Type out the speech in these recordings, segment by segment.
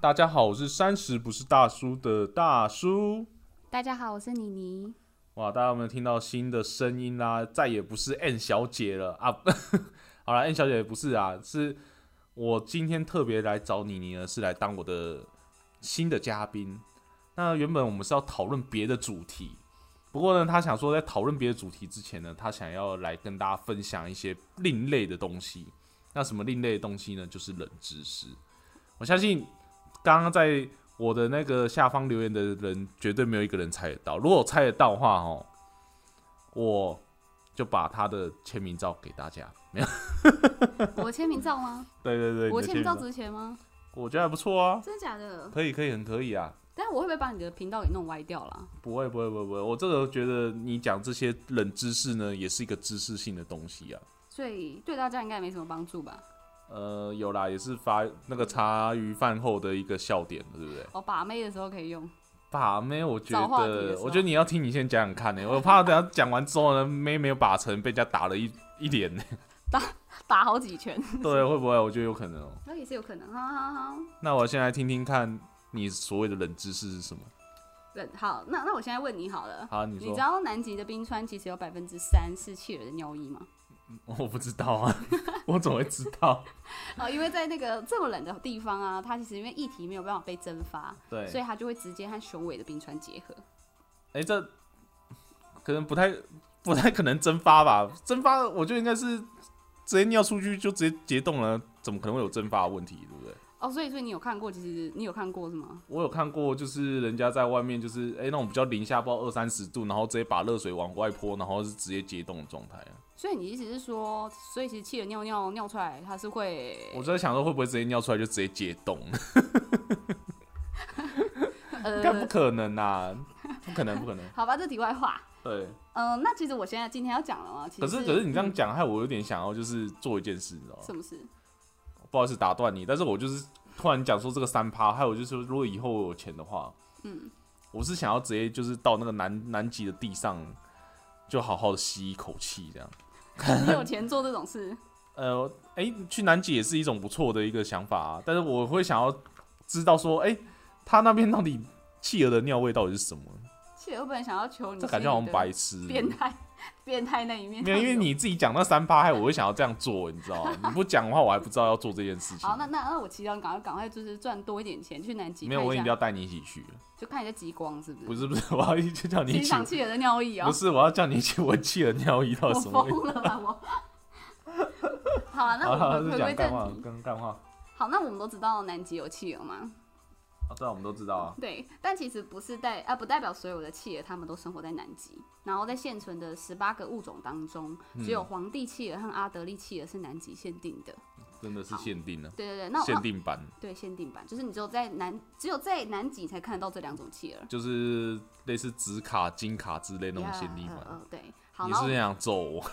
大家好，我是三十不是大叔的大叔。大家好，我是妮 妮。哇，大家有没有听到新的声音啦、再也不是 N 小姐了啊！ 好啦 n 小姐也不是啊，是我今天特别来找妮妮呢，是来当我的新的嘉宾。那原本我们是要讨论别的主题，不过呢，她想说在讨论别的主题之前呢，她想要来跟大家分享一些另类的东西。那什么另类的东西呢？就是冷知识。我相信刚刚在我的那个下方留言的人，绝对没有一个人猜得到。如果我猜得到的话，哦，我就把他的签名照给大家。没有？我的签名照吗？对对对，我你的的签名照，值钱吗？我觉得还不错啊，真的假的？可以可以，很可以啊。但我会不会把你的频道给弄歪掉了？不会不会不会不会，我这个觉得你讲这些冷知识呢，也是一个知识性的东西啊。所以对大家应该没什么帮助吧？呃，有啦，也是发那个茶余饭后的一个笑点，对不对？我把妹的时候可以用。把妹，我觉找话题的时得，候我觉得你要听你先讲讲看呢、我怕等下讲完之后呢，妹没有把成，被人家打了一一脸呢、打好几 拳，对，会不会？我觉得有可能哦、那也是有可能。好好好，那我先来听听看你所谓的冷知识是什么。冷好，那那我现在问你好了。好，啊你你说知，道南极的冰川其实有百分之三是企鹅的尿 液吗？ 我不知道啊， 我怎么会知道？哦，因为在那个这么冷的地方啊，它其实因为液体没有办法被蒸发，对，所以它就会直接和雄伟的冰川结合。哎、这可能不太不太可能蒸发吧？蒸发，我觉得应该是直接尿出去就直接结冻了，怎么可能会有蒸发的问题？对不对？哦，所以所以你有看过，其实你有看过是吗？我有看过，就是人家在外面，就是哎、那种比较零下，不知道二三十度，然后直接把热水往外泼，然后是直接结冻的状态啊。所以你意思是说，所以其实企鹅尿尿尿出来，它是会我就在想说，会不会直接尿出来就直接结冻？应该不呃，可能啊，不可能，不可 能。好吧，这题外话。对，嗯、那其实我现在今天要讲了嘛，其实嗯可是可是你这样讲，害我有点想要就是做一件事，你知道吗？什么事？不好意思打断你，但是我就是突然讲说这个三趴，还有就是如果以后我有钱的话，嗯，我是想要直接就是到那个南南极的地上，就好好的吸一口气这样。你有钱做这种事？呃，哎、去南极也是一种不错的一个想法啊。但是我会想要知道说，哎、他那边到底企鹅的尿味到底是什么？企鹅本来想要求你，这感觉好像白痴。变态，变态那一 面。没有，因为你自己讲那三八害，我会想要这样做，你知道吗？你不讲的话，我还不知道要做这件事情。好，那那那我祈祷你赶快赶快就是赚多一点钱去南极没有，看我一一下定要带你一起去。就看一下极光是不是？不是不是，我要一起叫你一欣起赏，企鹅的尿液哦、不是我要叫你一起闻企鹅尿液到我底什么味道？疯了吧我。 好啊，那好我好，们是讲回归干话正，题。跟干话。好，那我们都知道南极有企鹅嘛？啊，这我们都知道啊。对，但其实不是代啊，不代表所有的企鹅它们都生活在南极。然后在现存的十八个物种当中，只嗯有皇帝企鹅和阿德利企鹅是南极限定的。真的是限定了，对对对，那限那定版。对限定版，就是你只有在南，只有在南极才看得到这两种企鹅。就是类似纸卡、金卡之类那种限定嗯版。嗯，对。好，你然是后不是想揍我？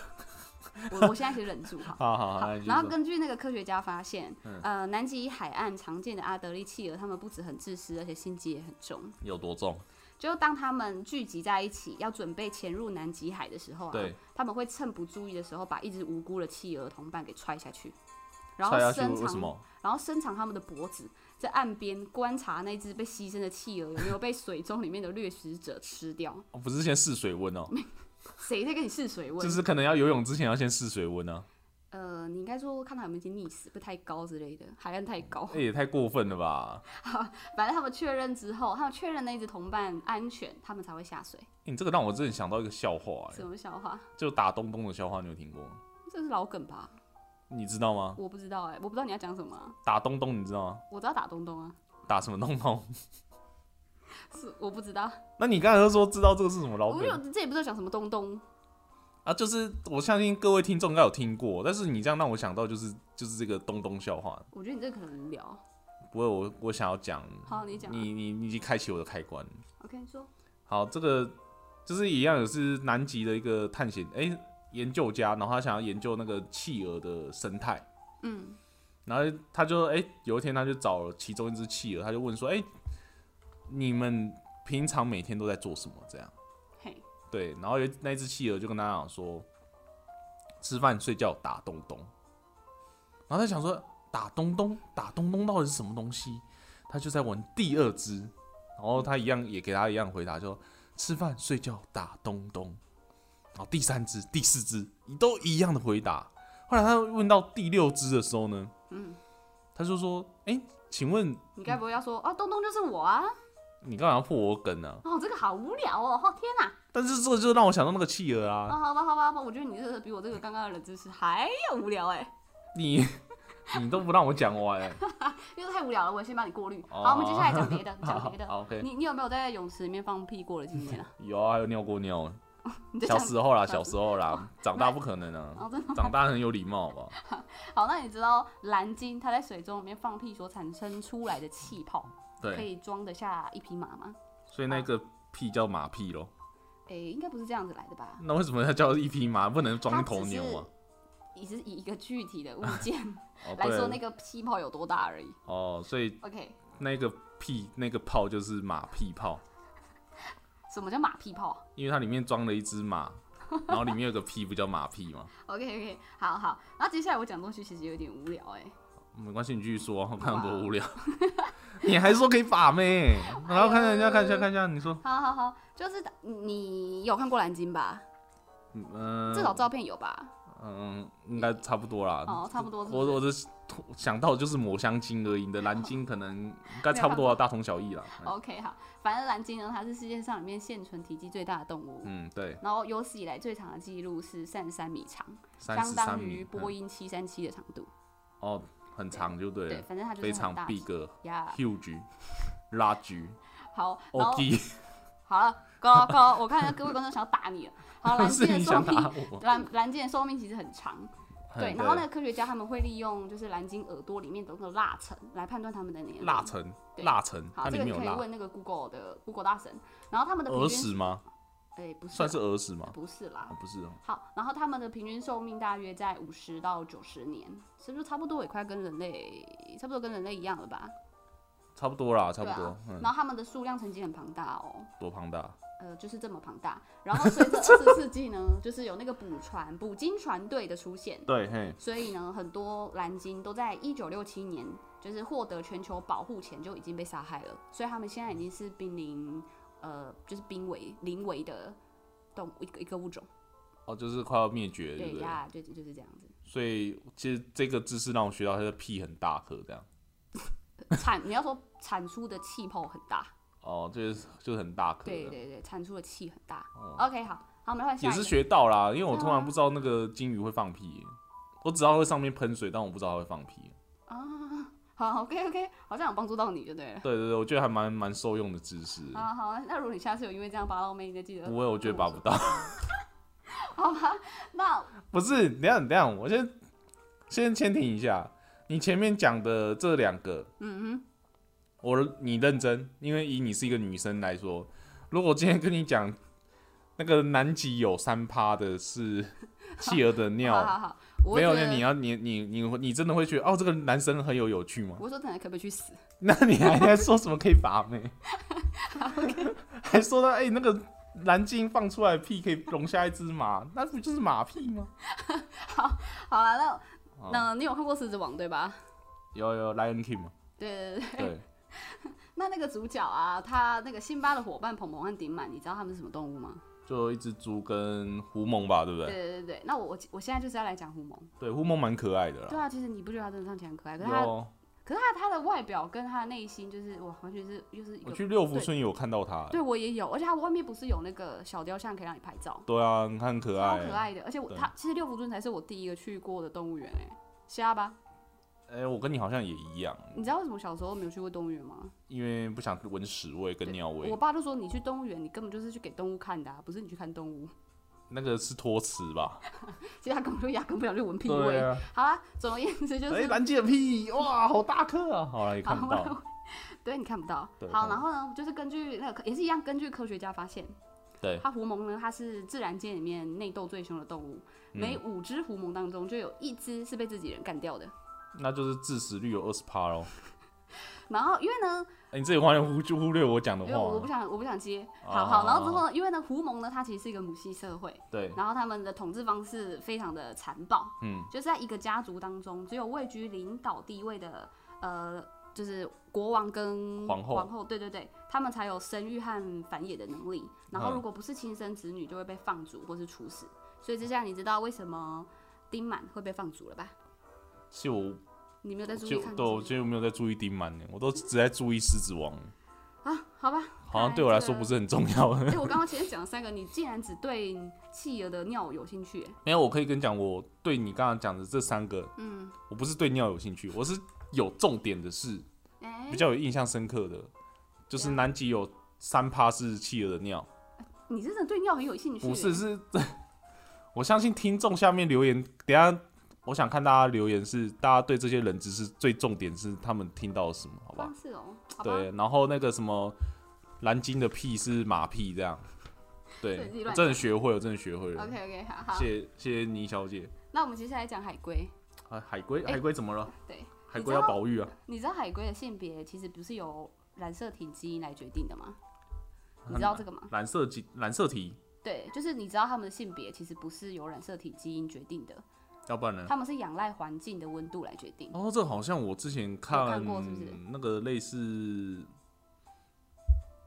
我我现在先忍住哈。好好好好，那你，就然后说嗯根据那个科学家发现，呃，南极海岸常见的阿德利企鹅，它们不止很自私，而且心机也很重。有多重？就当它们聚集在一起，要准备潜入南极海的时候啊，对，他们会趁不注意的时候，把一只无辜的企鹅同伴给踹下去，然后踹下去伸为什长，么？然后伸长他们的脖子，在岸边观察那只被牺牲的企鹅有没有被水中里面的掠食者吃掉。 哦不是先试水温哦，谁在跟你试水温？就是可能要游泳之前要先试水温啊。呃，你应该说看他有没有已经溺死，不太高之类的， 海岸太高。哎，也太过分了吧！反正他们确认之后，他们确认那只同伴安全，他们才会下水。欸你这个让我真的想到一个笑话，哎什么笑话？就打东东的笑话，你有听过吗？这是老梗吧？你知道吗？我不知道哎、我不知道你要讲什么啊、打东东你知道吗？我知道打东东啊，打什么东东？ 是我不知道，那你刚才就说知道这个是什么老我没有梗这也不知道讲什么东东。啊？就是我相信各位听众应该有听过，但是你这样让我想到就是就是这个东东笑话。我觉得你这个可能聊。不会，我我想要讲，好，你讲啊。你你你已经开启我的开关了。 OK，说好，这个就是一样，也是南极的一个探险哎、研究家，然后他想要研究那个企鹅的生态，嗯，然后他就哎、有一天他就找了其中一只企鹅，他就问说，哎、你们平常每天都在做什么？这样嘿，对，然后有那只企鹅就跟他讲说，吃饭、睡觉、打东东，然后他想说打东东打东东到底是什么东西？他就在玩第二只，然后他一样也给他一样回答，就说吃饭、睡觉、打东东。然后第三只、第四只都一样的回答。后来他问到第六只的时候呢，嗯，他就说：“哎、请问你该不会要说哦，东东就是我啊？你干嘛要破我梗呢、啊哦，这个好无聊哦！哦天哪！？”但是这就让我想到那个企鹅啊，哦，好吧，好吧，好吧，我觉得你这个比我这个刚刚的冷知识还要无聊哎， 你你都不让我讲哎完、因为太无聊了，我也先帮你过滤。哦好，我们接下来讲 别的，好讲别的。好，OK，你你有没有在泳池里面放屁过的经 验啊？有啊，还有尿过尿，你在小讲时候啦，小时候啦，长大不可能啊，哦，真的长大很有礼貌，好不好？好，那你知道蓝鲸它在水中里面放屁所产生出来的气泡，可对，以装得下一匹马吗？所以那个屁叫马屁咯。哦诶、应该不是这样子来的吧？那为什么要叫一匹马？不能装一头牛吗？也是以一个具体的物件哦，来说那对，个气泡有多大而已。哦，所以 OK，那个屁那个泡就是马屁泡，什么叫马屁泡因为它里面装了一只 马，然后里面有个屁，不叫马屁吗？ ？OK OK，好好。然后接下来我讲的东西其实有点无聊哎、没关系，你继续说，我看多无聊。 你还说可以把妹，哎然后看人家看一下看一下，你说，好好好，就是你有看过蓝鲸吧？嗯嗯、至少照片有吧？嗯，应该差不多啦。哦，差不多是不我是我的想到就是抹香鲸而已，你的蓝鲸可能应该差不多啊，大同小异啦。 OK 好，反正蓝鲸呢，它是世界上里面现存体积最大的动物。嗯，对，然后有史以来最长的记录是三十三米长，三十相三当米于，波嗯音七三七的长度。哦，很长就对对，了，反正它就是非很常大 big、呀。 huge、large、好，然后 ok，好了，高高，我看各位观众想要 打你了。好，蓝是鲸的你寿想命，打我？蓝蓝鲸的寿命其实很长，对。嗯然后呢，科学家他们会利用就是蓝鲸耳朵里面的那个蜡层来判断它们的年龄。蜡。层，对蜡层，好，它这里个面有你可以蜡，问那个 Google 的 Google 大神。然后他们的平耳均，屎吗？哎，不是，算是耳屎吗？不是啦啊，。不是哦，好，然后他们的平均寿命大约在五十到九十年，是不是差不多也快跟人类差不多跟人类一样了吧？差不多啦，差对不多啊，嗯，然后他们的数量曾经很庞大哦，多庞大，呃，就是这么庞大。然后随着二十世纪呢，就是有那个捕船、捕鲸船队的出现，对，嘿，所以呢，很多蓝鲸都在一九六七年，就是获得全球保护前就已经被杀害了，所以他们现在已经是濒临呃，就是濒危、濒危的动物一个一个物种。哦，就是快要灭绝，对对不对？呀，就就是这样子。所以其实这个知识让我学到它的屁很大颗这样。产你要说产出的气泡很大，哦，就是就是很大颗，对，对对，产出的气很大。哦 OK，好，好，我们换下也一是个。学到啦，因为我对啊突然不知道那个金鱼会放屁耶，我只知道它会上面喷水，但我不知道它会放屁。啊，好，OK OK，好像有帮助到你就对了。对对对，我觉得还蛮蛮受用的知识。好好，那如果你下次有因为这样拔到妹，你就记得不会，我觉得拔不到。好吧？那不是，等一下等一下，我先先先停一下。你前面讲的这两个，嗯我你认真，因为以你是一个女生来说，如果今天跟你讲那个南极有三趴的是 企鹅的哼，好尿，好好，我没有那那你要你你你你真的会觉得哦，这个男生很有有趣吗？ 我说等下可不可以去死？那你还在说什么可以把妹？还说到哎、那个蓝鲸放出来的屁可以容下一只马，那不就是马屁吗？好了，那哦那你有看过《狮子王》对吧？有有 Lion King 嘛？对对对对。对，那那个主角啊，他那个辛巴的伙伴鹏鹏和顶满，你知道他们是什么动物吗？就一只猪跟狐獴吧，对不对对？对对对。那我我我现在就是要来讲狐獴。对，狐獴蛮可爱的对啦。啊，其实你不觉得他真的看起来很啊可爱？可是他有，啊可是他他的外表跟他的内心就是哇，完全是又是一我个。去六福村有看到它。对我也有，而且他外面不是有那个小雕像可以让你拍照？对啊，你看很可超爱。可爱的，而且我对它其实六福村才是我第一个去过的动物园哎、瞎吧？哎，我跟你好像也一样，你知道为什么小时候没有去过动物园吗？因为不想闻屎味跟对尿味我，爸就说你去动物园，你根本就是去给动物看的、啊，不是你去看动物。那个是托词吧？其实他根本就压根不想去闻屁味。对啊。好啦，总而言之就是，哎，蓝鲸的屁，哇，好大颗啊！好了，也看不好到。 对你看不到对。看不到好，然后呢，就是根据那个科也是一样，根据科学家发现，对，它狐獴呢，它是自然界里面内斗最凶的动物，嗯每五只狐獴当中就有一只是被自己人干掉的。那就是致死率有二十趴喽。然后因为呢，哎你这里完全忽就忽略我讲的因为我话。不啊想我不想接，哦好好，然后之后呢，因为呢，狐獴呢，它其实是一个母系社会，对，然后他们的统治方式非常的残暴，嗯，就是在一个家族当中，只有位居领导地位的呃就是国王跟皇后对对对，他们才有生育和繁衍的能力。然后嗯如果不是亲生子女，就会被放逐或是处死。所以这下你知道为什么丁满会被放逐了吧？其实我你没有在注意就看对我过其实没有在注意丁满呢，我都只在注意狮子王，啊？好吧，好像对我来说不是很重要。哎、我刚刚前面讲了三个，你竟然只对企鹅的尿有兴趣、哎没有，我可以跟你讲，我对你刚刚讲的这三个，嗯，我不是对尿有兴趣，我是有重点的事，哎、比较有印象深刻的，就是对啊南极有三趴是企鹅的尿，你真的对尿很有兴趣、不是哎是， 我相信听众下面留言，等一下我想看大家留言是大家对这些冷知识最重点是他们听到了什么，好吧啊？是哦，好吧，对，然后那个什么蓝鲸的屁是马屁这样，对对自己，我乱真的学会了，真的学会 OK 了， OK，好好。谢谢谢谢倪小姐。那我们接下来讲海龟。啊，海龟，哎海龟怎么了？对，海龟要保育啊！你知道海龟的性别其实不是由染色体基因来决定的吗？你知道这个吗？染色体，染色体，对，就是你知道它们的性别其实不是由染色体基因决定的，要不然呢？它们是仰赖环境的温度来决定。哦，这好像我之前有看看过是不是那个类似，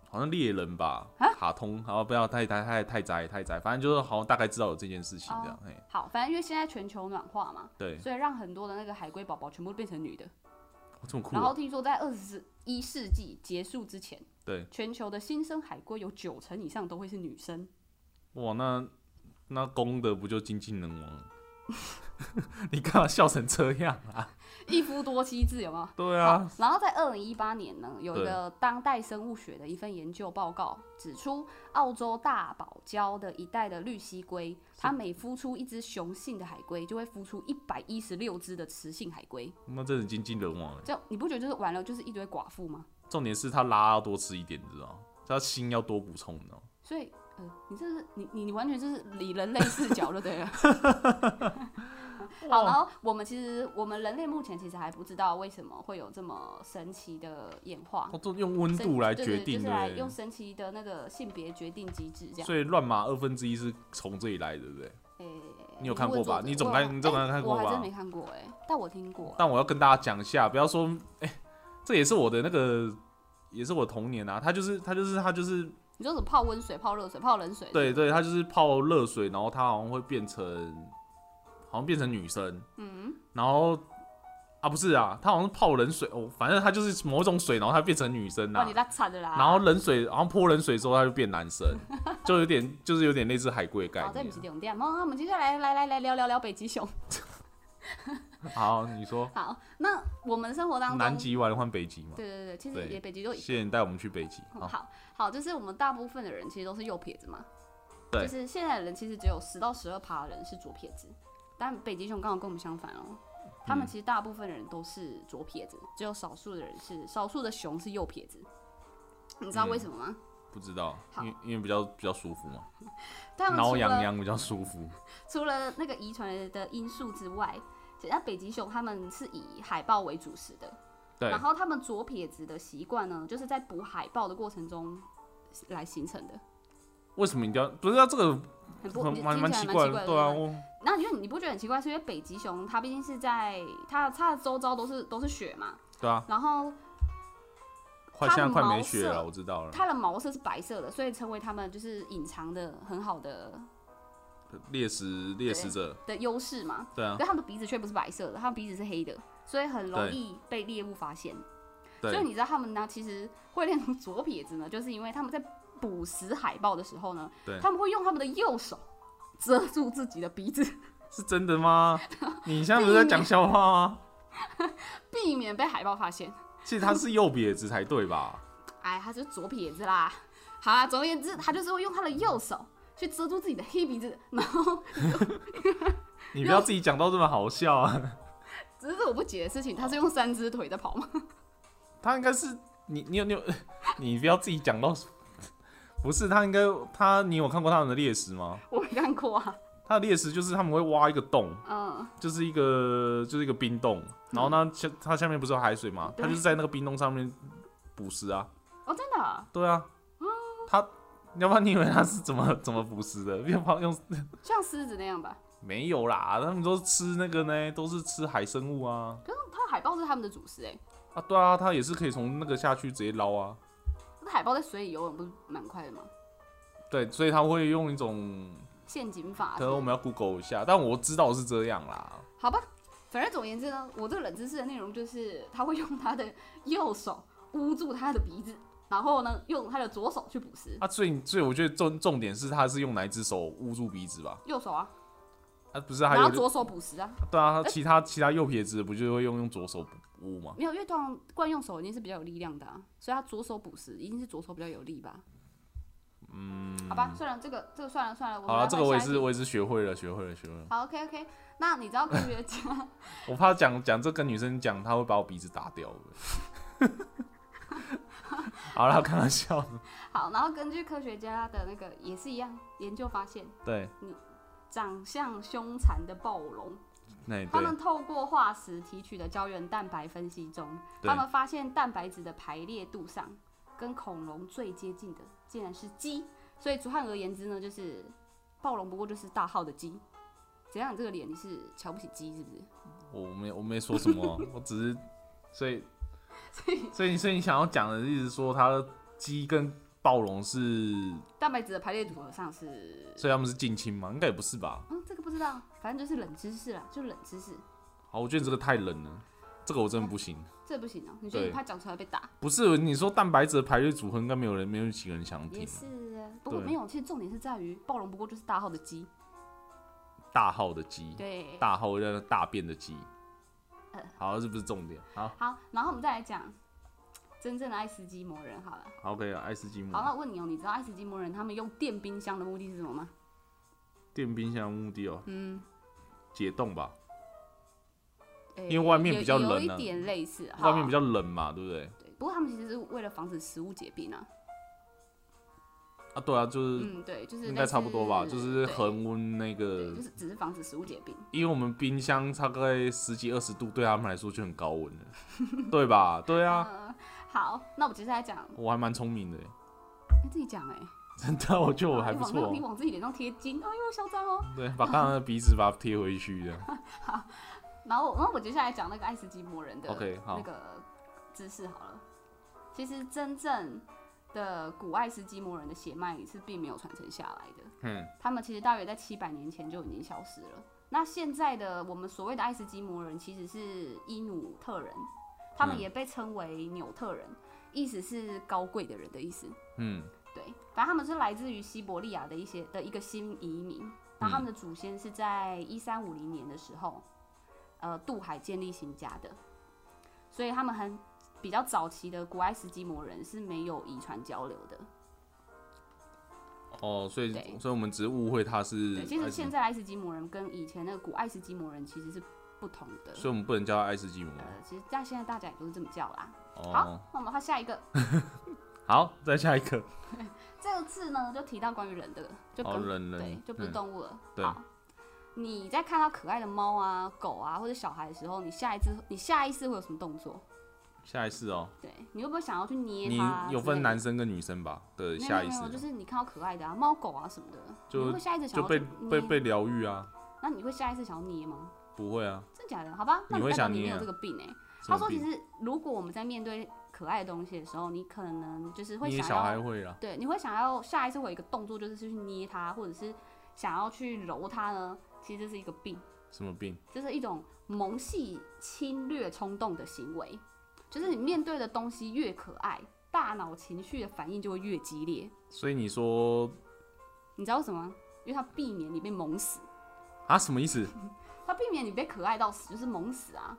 好像猎人吧，啊卡通，好不要太太太太宅太宅，反正就是好像大概知道有这件事情哦这样。嘿，好，反正因为现在全球暖化嘛，对，所以让很多的那个海龟宝宝全部都变成女的。哦这么酷然后哦，听说在二十一世纪结束之前，对，全球的新生海龟有九成以上都会是女生。哇，那那公的不就精尽人亡了？ 你干嘛笑成这样啊？一夫多妻制有没有？对好啊，，然后在二零一八年呢，有一对个当代生物学的一份研究报告指出，澳洲大堡礁的一带的绿蜥龟，它每孵出一只雄性的海龟，就会孵出一百一十六只的雌性海龟。那真的精尽人亡了。这样你不觉得就是完了就是一堆寡妇吗？重点是他拉要多吃一点，你知道吗？他心要多补充，你知道吗？所以，呃，你这是你你你完全就是以人类视角就 对了。 好，然后我们其实我们人类目前其实还不知道为什么会有这么神奇的演化。哦，都用温生度来对决对定就是的来欸，用神奇的那个性别决定机制这样。所以乱码二分之一是从这里来的，对不对？诶、你有看过吧问作者你总我该有你总该哎看过我还吧真没看过哎、但我听过。但我要跟大家讲一下，不要说，哎、这也是我的那个，也是我童年啊。他就是他就是他就是，你说什么泡温水、泡热水、泡冷水？对，对，他就是泡热水，然后他好像会变成，好像变成女生，嗯，然后啊不是啊，他好像是泡冷水哦，反正他就是某种水，然后他变成女生哇，啊你。拉惨的啦。然后冷水，然后泼冷水之后，他就变男 生，就有点就是有点类似海龟的概好，哦这不念是。重点。好，我们接下来来来来聊聊聊北极熊。好，你说好，那我们生活当中，南极完了换北极嘛？对对对，其实对也北极就谢谢你带我们去北极啊！嗯好好，就是我们大部分的人其实都是右撇子嘛。对就是现在的人其实只有十到十二趴的人是左撇子，但北极熊刚好跟我们相反哦。他们嗯其实大部分人都是左撇子，只有少数的人是少数的熊是右撇子。你知道为嗯什么吗？不知道，好因为因为比较比较舒服嘛，他们除挠了痒痒比较舒服。除了那个遗传的因素之外，其实北极熊他们是以海豹为主食的，对然，后他们左撇子的习惯呢，就是在捕海豹的过程中来形成的，为什么一定要？不是啊，这个很不很你蛮听蛮起奇来怪的，的，对啊，不。我那因为你不觉得很奇怪，是因为北极熊它毕竟是在它它的周遭都是都是雪嘛，对啊，然后快它现在快毛没血色了，我知道了。它的毛色是白色的，所以成为它们就是隐藏的很好的猎食猎食者，的优势嘛。对啊可，是它们的鼻子却不是白色的，它们鼻子是黑的，所以很容对易被猎物发现。所以对，你知道他们呢，其实会练成左撇子呢，就是因为他们在捕食海豹的时候呢对，他们会用他们的右手遮住自己的鼻子，是真的 吗？你现在不是在讲笑话吗？避免被海豹发现。其实他是右撇子才对吧？哎，他是左撇子啦。好啦，总而言之，他就是会用他的右手去遮住自己的黑鼻子，然后你不要自己讲到这么好笑啊！只是我不解的事情，他是用三只腿在跑吗？ 他应该是你，你有你有， 你不要自己讲到，不是他应该他，你有看过他们的猎食吗？我没看过啊。他的猎食就是他们会挖一个洞，嗯，就是一个就是一个冰洞，然后呢下它下面不是有海水吗？对它就是在那个冰洞上面捕食啊，哦，真的啊、对啊，它要不然你以为它是怎么怎么捕食的？用泡用像狮子那样吧？没有啦，他们都吃那个呢，都是吃海生物啊，它海豹是他们的主食哎、啊，对啊，它也是可以从那个下去直接捞啊。那海豹在水里游泳不是蛮快的吗？对，所以它会用一种，陷阱法可是不能是我们要 Google 一下，但我知道是这样啦。好吧，反正总而言之呢，我这个冷知识的内容就是他会用他的右手捂住他的鼻子，然后呢用他的左手去捕食。啊，最最我觉得重重点是它是用哪一只手捂住鼻子吧？右手啊，啊，不是还然有后左手捕食啊，对啊，其他其他右撇子不就会用用左手捂吗？没有，因为通常惯用手一定是比较有力量的、啊，所以他左手捕食一定是左手比较有力吧？嗯，好吧，算了，这个这个算了算了，我们好了，来这个我也换下一是题我也是学会了，学会了，学会了。好 OK OK，那你知道科学家 我怕讲讲这跟女生讲，她会把我鼻子打掉的好了，开玩笑的。好，然后根据科学家的那个也是一样研究发现，对，长相凶残的暴龙那也他对，们透过化石提取的胶原蛋白分析中，对他们发现蛋白质的排列度上，跟恐龙最接近的竟然是鸡。所以，换而言之呢，就是暴龙不过就是大号的鸡。怎样？你这个脸你是瞧不起鸡是不是？我没我没说什么，啊我只是所 以所以所以你想要讲的意思说，它的鸡跟暴龙是，蛋白质的排列组合上是……所以他们是近亲吗？应该也不是吧？嗯，这个不知道，反正就是冷知识啦，就冷知识，好，我觉得你这个太冷了，这个我真的不行。这不行哦、你觉得你对怕讲出来被打？不是你说蛋白质的排列组合，应该没有人没有几个人想也听。是啊，不过对没有，其实重点是在于暴龙不过就是大号的鸡。大号的鸡，对，大号让大便的鸡呃。好，这不是重点。好好，然后我们再来讲真正的爱斯基摩人好了。好，OK 了，爱斯基摩好，。那我问你哦，你知道爱斯基摩人他们用电冰箱的目的是什么吗？电冰箱的目的哦，嗯，解冻吧，诶因为外面比较冷啊有有一点类似，外面比较较冷嘛，对不对？对。不过他们其实是为了防止食物结冰啊。啊，对啊，就是嗯，对，就是应类该似差不多吧，就是对恒温那对，个就，是只是防止食物结冰。因为我们冰箱大概十几二十度，对他们来说就很高温 了，对吧？对啊，嗯，好，那我接下来讲，我还蛮聪明的耶，你自己讲哎，真 的，我觉得我还你不往那错你。往自己脸上贴金，哎呦嚣张哦。对，把刚刚的鼻子把它贴回去的。 然后，然后我接下来讲那个爱斯基摩人的 OK，好那个知识好了。其实真正的古爱斯基摩人的血脉是并没有传承下来的。嗯，他们其实大约在七百年前就已经消失了。那现在的我们所谓的爱斯基摩人，其实是伊努特人，他们嗯也被称为纽特人，意思是高贵的人的意思。嗯，对，反正他们是来自于西伯利亚的一些的一个新移民，那他们的嗯祖先是在一三五零年的时候，呃，渡海建立新家的，所以他们很比较早期的古爱斯基摩人是没有遗传交流的。哦，所以对所以我们只是误会它是对，其实爱斯现在爱斯基摩人跟以前那个古爱斯基摩人其实是不同的。所以我们不能叫它爱斯基摩。呃，其实但现在大家也都是这么叫啦。哦好，，那我们换下一个。好，再下一个，这个字呢，就提到关于人的了，就好跟冷冷，对，就不是嗯动物了。对好，你在看到可爱的猫啊、狗啊或者小孩的时候，你下一次你下意识会有什么动作？下一次哦，对，你会不会想要去捏你它啊之类的？有分男生跟女生吧的没有下没意有识没有，就是你看到可爱的啊，猫狗啊什么的，就你会不会下意识想就要被去捏被被疗愈啊？那你会下意识想要捏吗？不会啊，真假的？好吧，那你会代表想你没捏有啊这个病哎、什他么说，其病实如果我们在面对可爱的东西的时候，你可能就是会捏想小要孩会啊，对，你会想要下一次会有一个动作，就是去捏它，或者是想要去揉它呢？其实这是一个病，什么病？这是一种萌系侵略冲动的行为，就是你面对的东西越可爱，大脑情绪的反应就会越激烈。所以你说你知道为什么吗？因为它避免你被萌死，啊，什么意思？它避免你被可爱到死，就是萌死啊。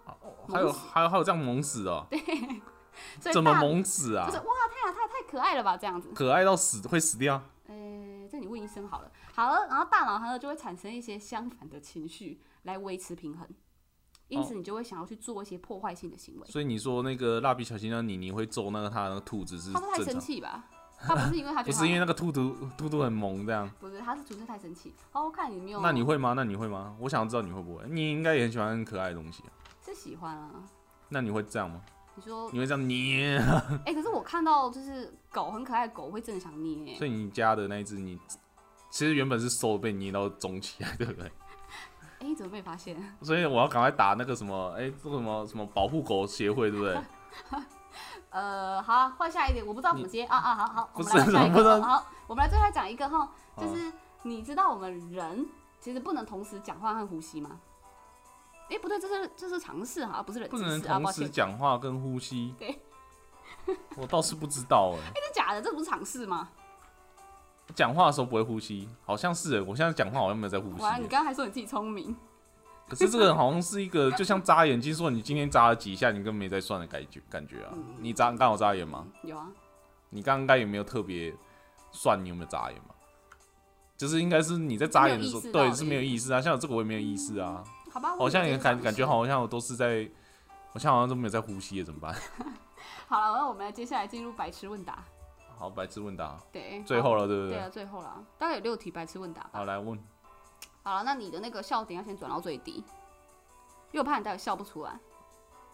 还有萌死还有还有这样萌死 哦？所以怎么大萌死啊就是？哇，太太太可爱了吧，这样子。可爱到死会死掉？呃，这你问医生好了。好了，然后大脑它呢就会产生一些相反的情绪来维持平衡，因哦此你就会想要去做一些破坏性的行为。所以你说那个蜡笔小新那妮妮会揍那个他那个兔子是他是太正生常，气吧？他不是因为他觉 不得是因为为那个兔兔兔兔很萌这样？不是，他是纯粹太生气。哦，看你没有，那你会吗？那你会吗？我想知道你会不会？你应该也很喜欢很可爱的东西啊、是喜欢啊？那你会这样吗？你说，你会这样捏？ 哎、可是我看到就是狗很可爱的狗，我会真的想捏、所以你家的那一只，你其实原本是瘦，被你捏到肿起来，对不 对？哎、你怎么被发现？ 所以我要赶快打那个什么，哎、这个什么什么保护狗协会，对不对？呃，好啊，换下一点，我不知道怎么接啊啊，好好，我们来不换是下一我不知个，道哦好，好我们来最后讲一个哈，好就是你知道我们人其实不能同时讲话和呼吸吗？哎、不对，这是这是常识哈，不是冷不知能识啊，同抱时歉，讲话跟呼吸。对， 我倒是不知道哎、真的假的？这不是常识吗？讲话的时候不会呼吸，好像是、欸。我现在讲话好像没有在呼吸、哇，你欸。刚刚还说你自己聪明，可是这个好像是一个，就像眨眼睛，说你今天眨了几下，你根本没在算的感觉感觉啊嗯。你眨你刚好眨眼吗？有啊，你刚刚也没有特别算你有没有眨眼嘛？就是应该是你在眨眼的时候，没有意识到嗯对，的是没有意识啊。像我这个我也没有意识啊，好吧，好像也感感觉好。好像我都是在，我现在好像都没有在呼吸了，怎么办？ 好了，那我们来接下来进入白痴问答，好，白痴问答，对，最后了，对好不对啊，对？最后了，大概有六题白痴问答吧。好，来问，好了，那你的那个笑点要先转到最低，因为我怕你待会笑不出来。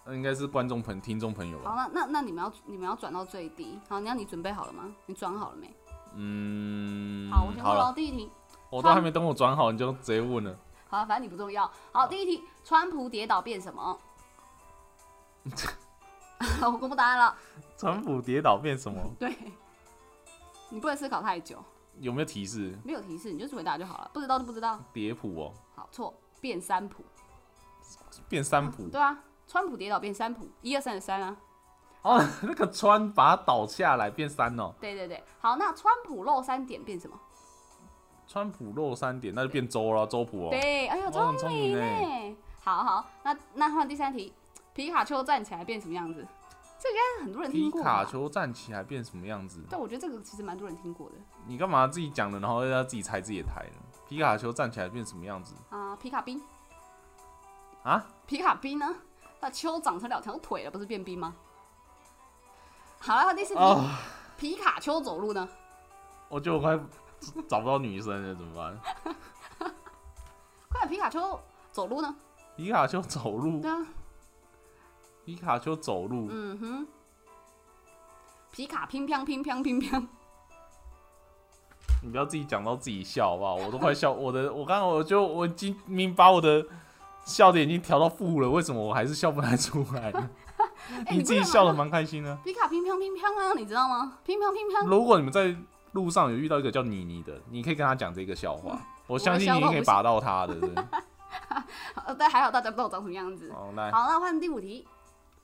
那应该是观众朋听众朋友好，吧？那那那你们要你们要转到最低。好，你要你准备好了吗？你转好了没？嗯，好，我先好问了喽。，第一题，我都还没等我转好，你就直接问了。好，反正你不重要。好，第一题，川普跌倒变什么？ 我公布答案了。川普跌倒变什么？对，你不能思考太久，有没有提示？没有提示，你就回答就好了。不知道就不知道。跌普哦，好，错，变三普。变三普对啊，川普跌倒变三普，一二三的三啊。哦， 那个川把它倒下来变三哦，对对对，好，那川普漏三点变什么？川普漏三点，那就变周了，周普哦。对，哎呦，哇聪很聪明明欸哎。好好，那那换第三题，皮卡丘站起来变什么样子？这个应该很多人听皮过卡吧？丘站起来变什么样子？但我觉得这个其实蛮多人听过的你干嘛自己讲了，然后要自己猜自己的台呢？皮卡丘站起来变什么样子啊、皮卡冰，啊？皮卡冰呢？那丘长成两条腿了，不是变冰吗？好了，换第四题，哦，皮卡丘走路呢？ 我觉得我快找不到女生了，怎么办？快点，皮卡丘走路呢？皮卡丘走路对，啊，皮卡丘走路，嗯哼，皮卡乒乓乒乓乒乓，你不要自己讲到自己笑好不好？我都快笑，我的，我刚刚我就我已经明把我的笑点已经调到负了，为什么我还是笑不太出来呢？ 哎、你你自不己能笑的玩蛮开心的。皮卡乒乓乒乓啊，你知道吗？乒乓乒乓，如果你们在路上有遇到一个叫妮妮的，你可以跟她讲这个笑嗯话，我相信我的你笑话可以不是拔到她的。对 呃，但还好大家不知道我长什么样子。好，来好，那换第五题，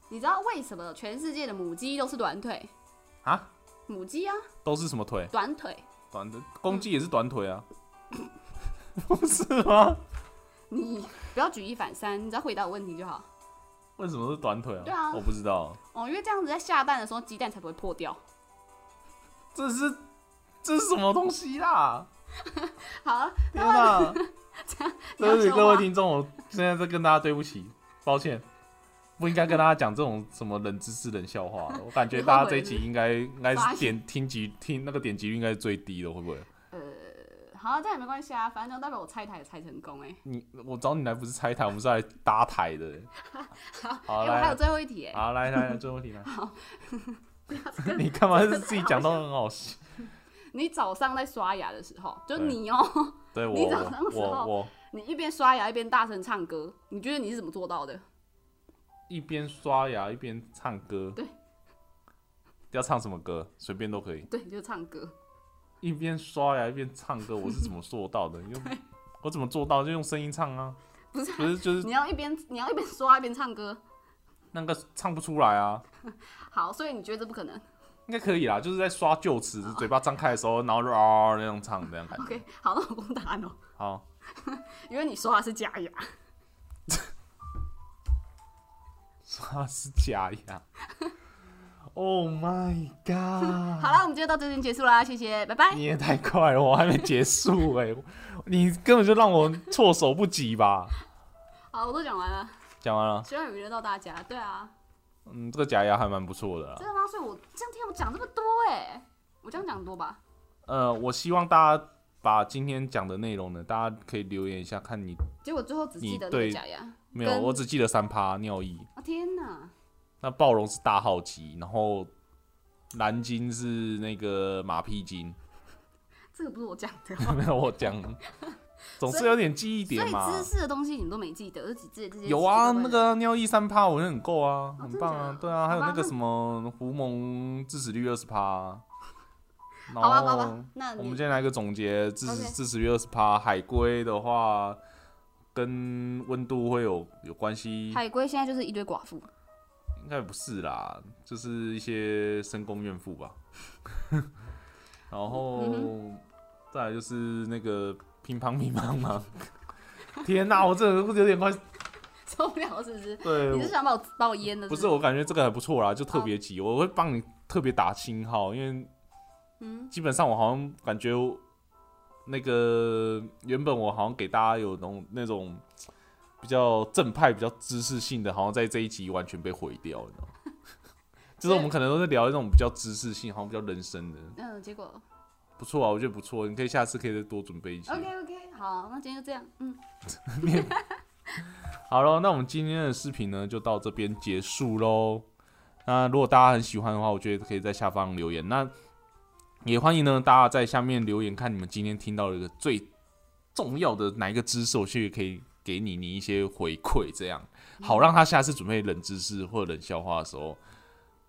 你知道为什么全世界的母鸡都是短腿？啊，母鸡啊，都是什么腿？短腿，短的，公鸡也是短腿啊，不是吗？你不要举一反三，你只要回答我问题就好。为什么是短腿啊？对啊我不知道，哦，因为这样子在下蛋的时候鸡蛋才不会破掉。这是这是什么东西 啦？好了，天哪！ 你要对不起说各位吗听众，我现在在跟大家对不起，抱歉，不应该跟大家讲这种什么冷知识、冷笑话的。我感觉你大后家悔这一了集应该应该发是现点听集听那个点击率应该是最低的，会不会？好，这样也没关系啊，反正就代表我猜台也猜成功哎、你我找你来不是拆台，我们是来搭台的。哎、好我还来有，最后一题哎、好来来来，最后一题来。 你干嘛是自己讲到很好笑？你早上在刷牙的时候，就对你哦、 对我你早上我的时我候我你一边刷牙一边大声唱歌，你觉得你是怎么做到的？一边刷牙一边唱歌。对。要唱什么歌？随便都可以。对，就唱歌。一边刷牙一边唱歌，我是怎么做到 的？用我怎么做到？就用声音唱啊，不是啊、不是就是你要一边你要一边刷一边唱歌。那个唱不出来啊，好，所以你觉得这不可能应该可以啦，就是在刷臼齿，嘴巴张开的时候，然后就啊那样唱那样感觉。哦？OK，好，那我公布答案哦，好，因为你刷的是假牙。刷是假 牙。Oh my 好 god！啦，我们今天到这边结束啦，谢谢，拜拜。你也太快了，我还没结束哎、 你根本就让我措手不及吧？好，我都讲完了，讲完了，希望有娱乐到大家。对啊，嗯，这个假牙还蛮不错的啦。啊真的吗？所以我这样听我讲这么多哎、我这样讲多吧？呃，我希望大家把今天讲的内容呢，大家可以留言一下，看你结果最后只记你得那个对假牙。没有，跟我只记得三趴尿意。啊天哪！那暴龙是大号鸡，然后蓝鲸是那个马屁精， 这个不是我讲的，没有我讲。总是有点记忆所 点以嘛知。识的东西你都没记得，就只记得这些奇奇有怪怪的。啊，那个尿液三趴，我觉得很够啊，很棒真的假啊的，对啊，还有好吧那个那什么胡蒙致死率二十趴，然好吧，好吧后，那哦我们你先来一个总结，致死 OK 致死率二十趴，海龟的话跟温度会有有关系，海龟现在就是一堆寡妇， 应该不是啦，就是一些深宫怨妇吧。 然后、嗯再来就是那个乒乓乒乓嘛， 天哪、我这个有点快，受不了是不是？对，你是想把我把我淹的？不是，是，我感觉这个还不错啦，就特别急，我会帮你特别打星号，因为嗯，基本上我好像感觉我那个原本我好像给大家有那种那种比较正派、比较知识性的，好像在这一集完全被毁掉，你知道 吗？就是我们可能都是聊那种比较知识性，好像比较人生的，嗯，结果不错啊，我觉得不错，你可以下次可以再多准备一些。 OK OK，好，那今天就这样，嗯，好了，那我们今天的视频呢就到这边结束喽。那如果大家很喜欢的话，我觉得可以在下方留言。那也欢迎呢大家在下面留言，看你们今天听到的一个最重要的哪一个知识，我去可以给你你一些回馈，这样好让他下次准备冷知识或冷笑话的时候。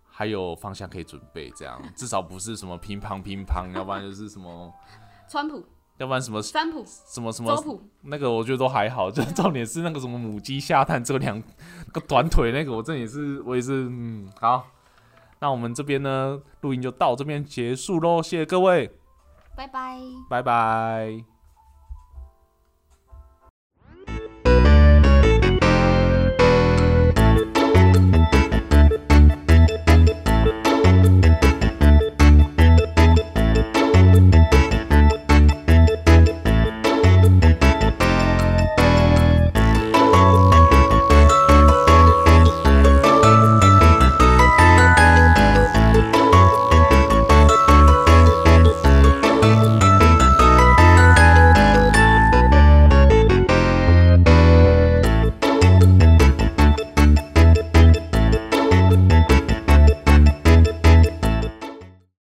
还有方向可以准备，这样至少不是什么乒乓乒乓，要不然就是什么，川普、要不然什么三普、什么什么周普，那个我觉得都还好，就是重点是那个什么母鸡下蛋只有两个短腿那个，我这也是我也是嗯好，那我们这边呢录音就到这边结束喽，谢谢各位，拜拜。拜拜。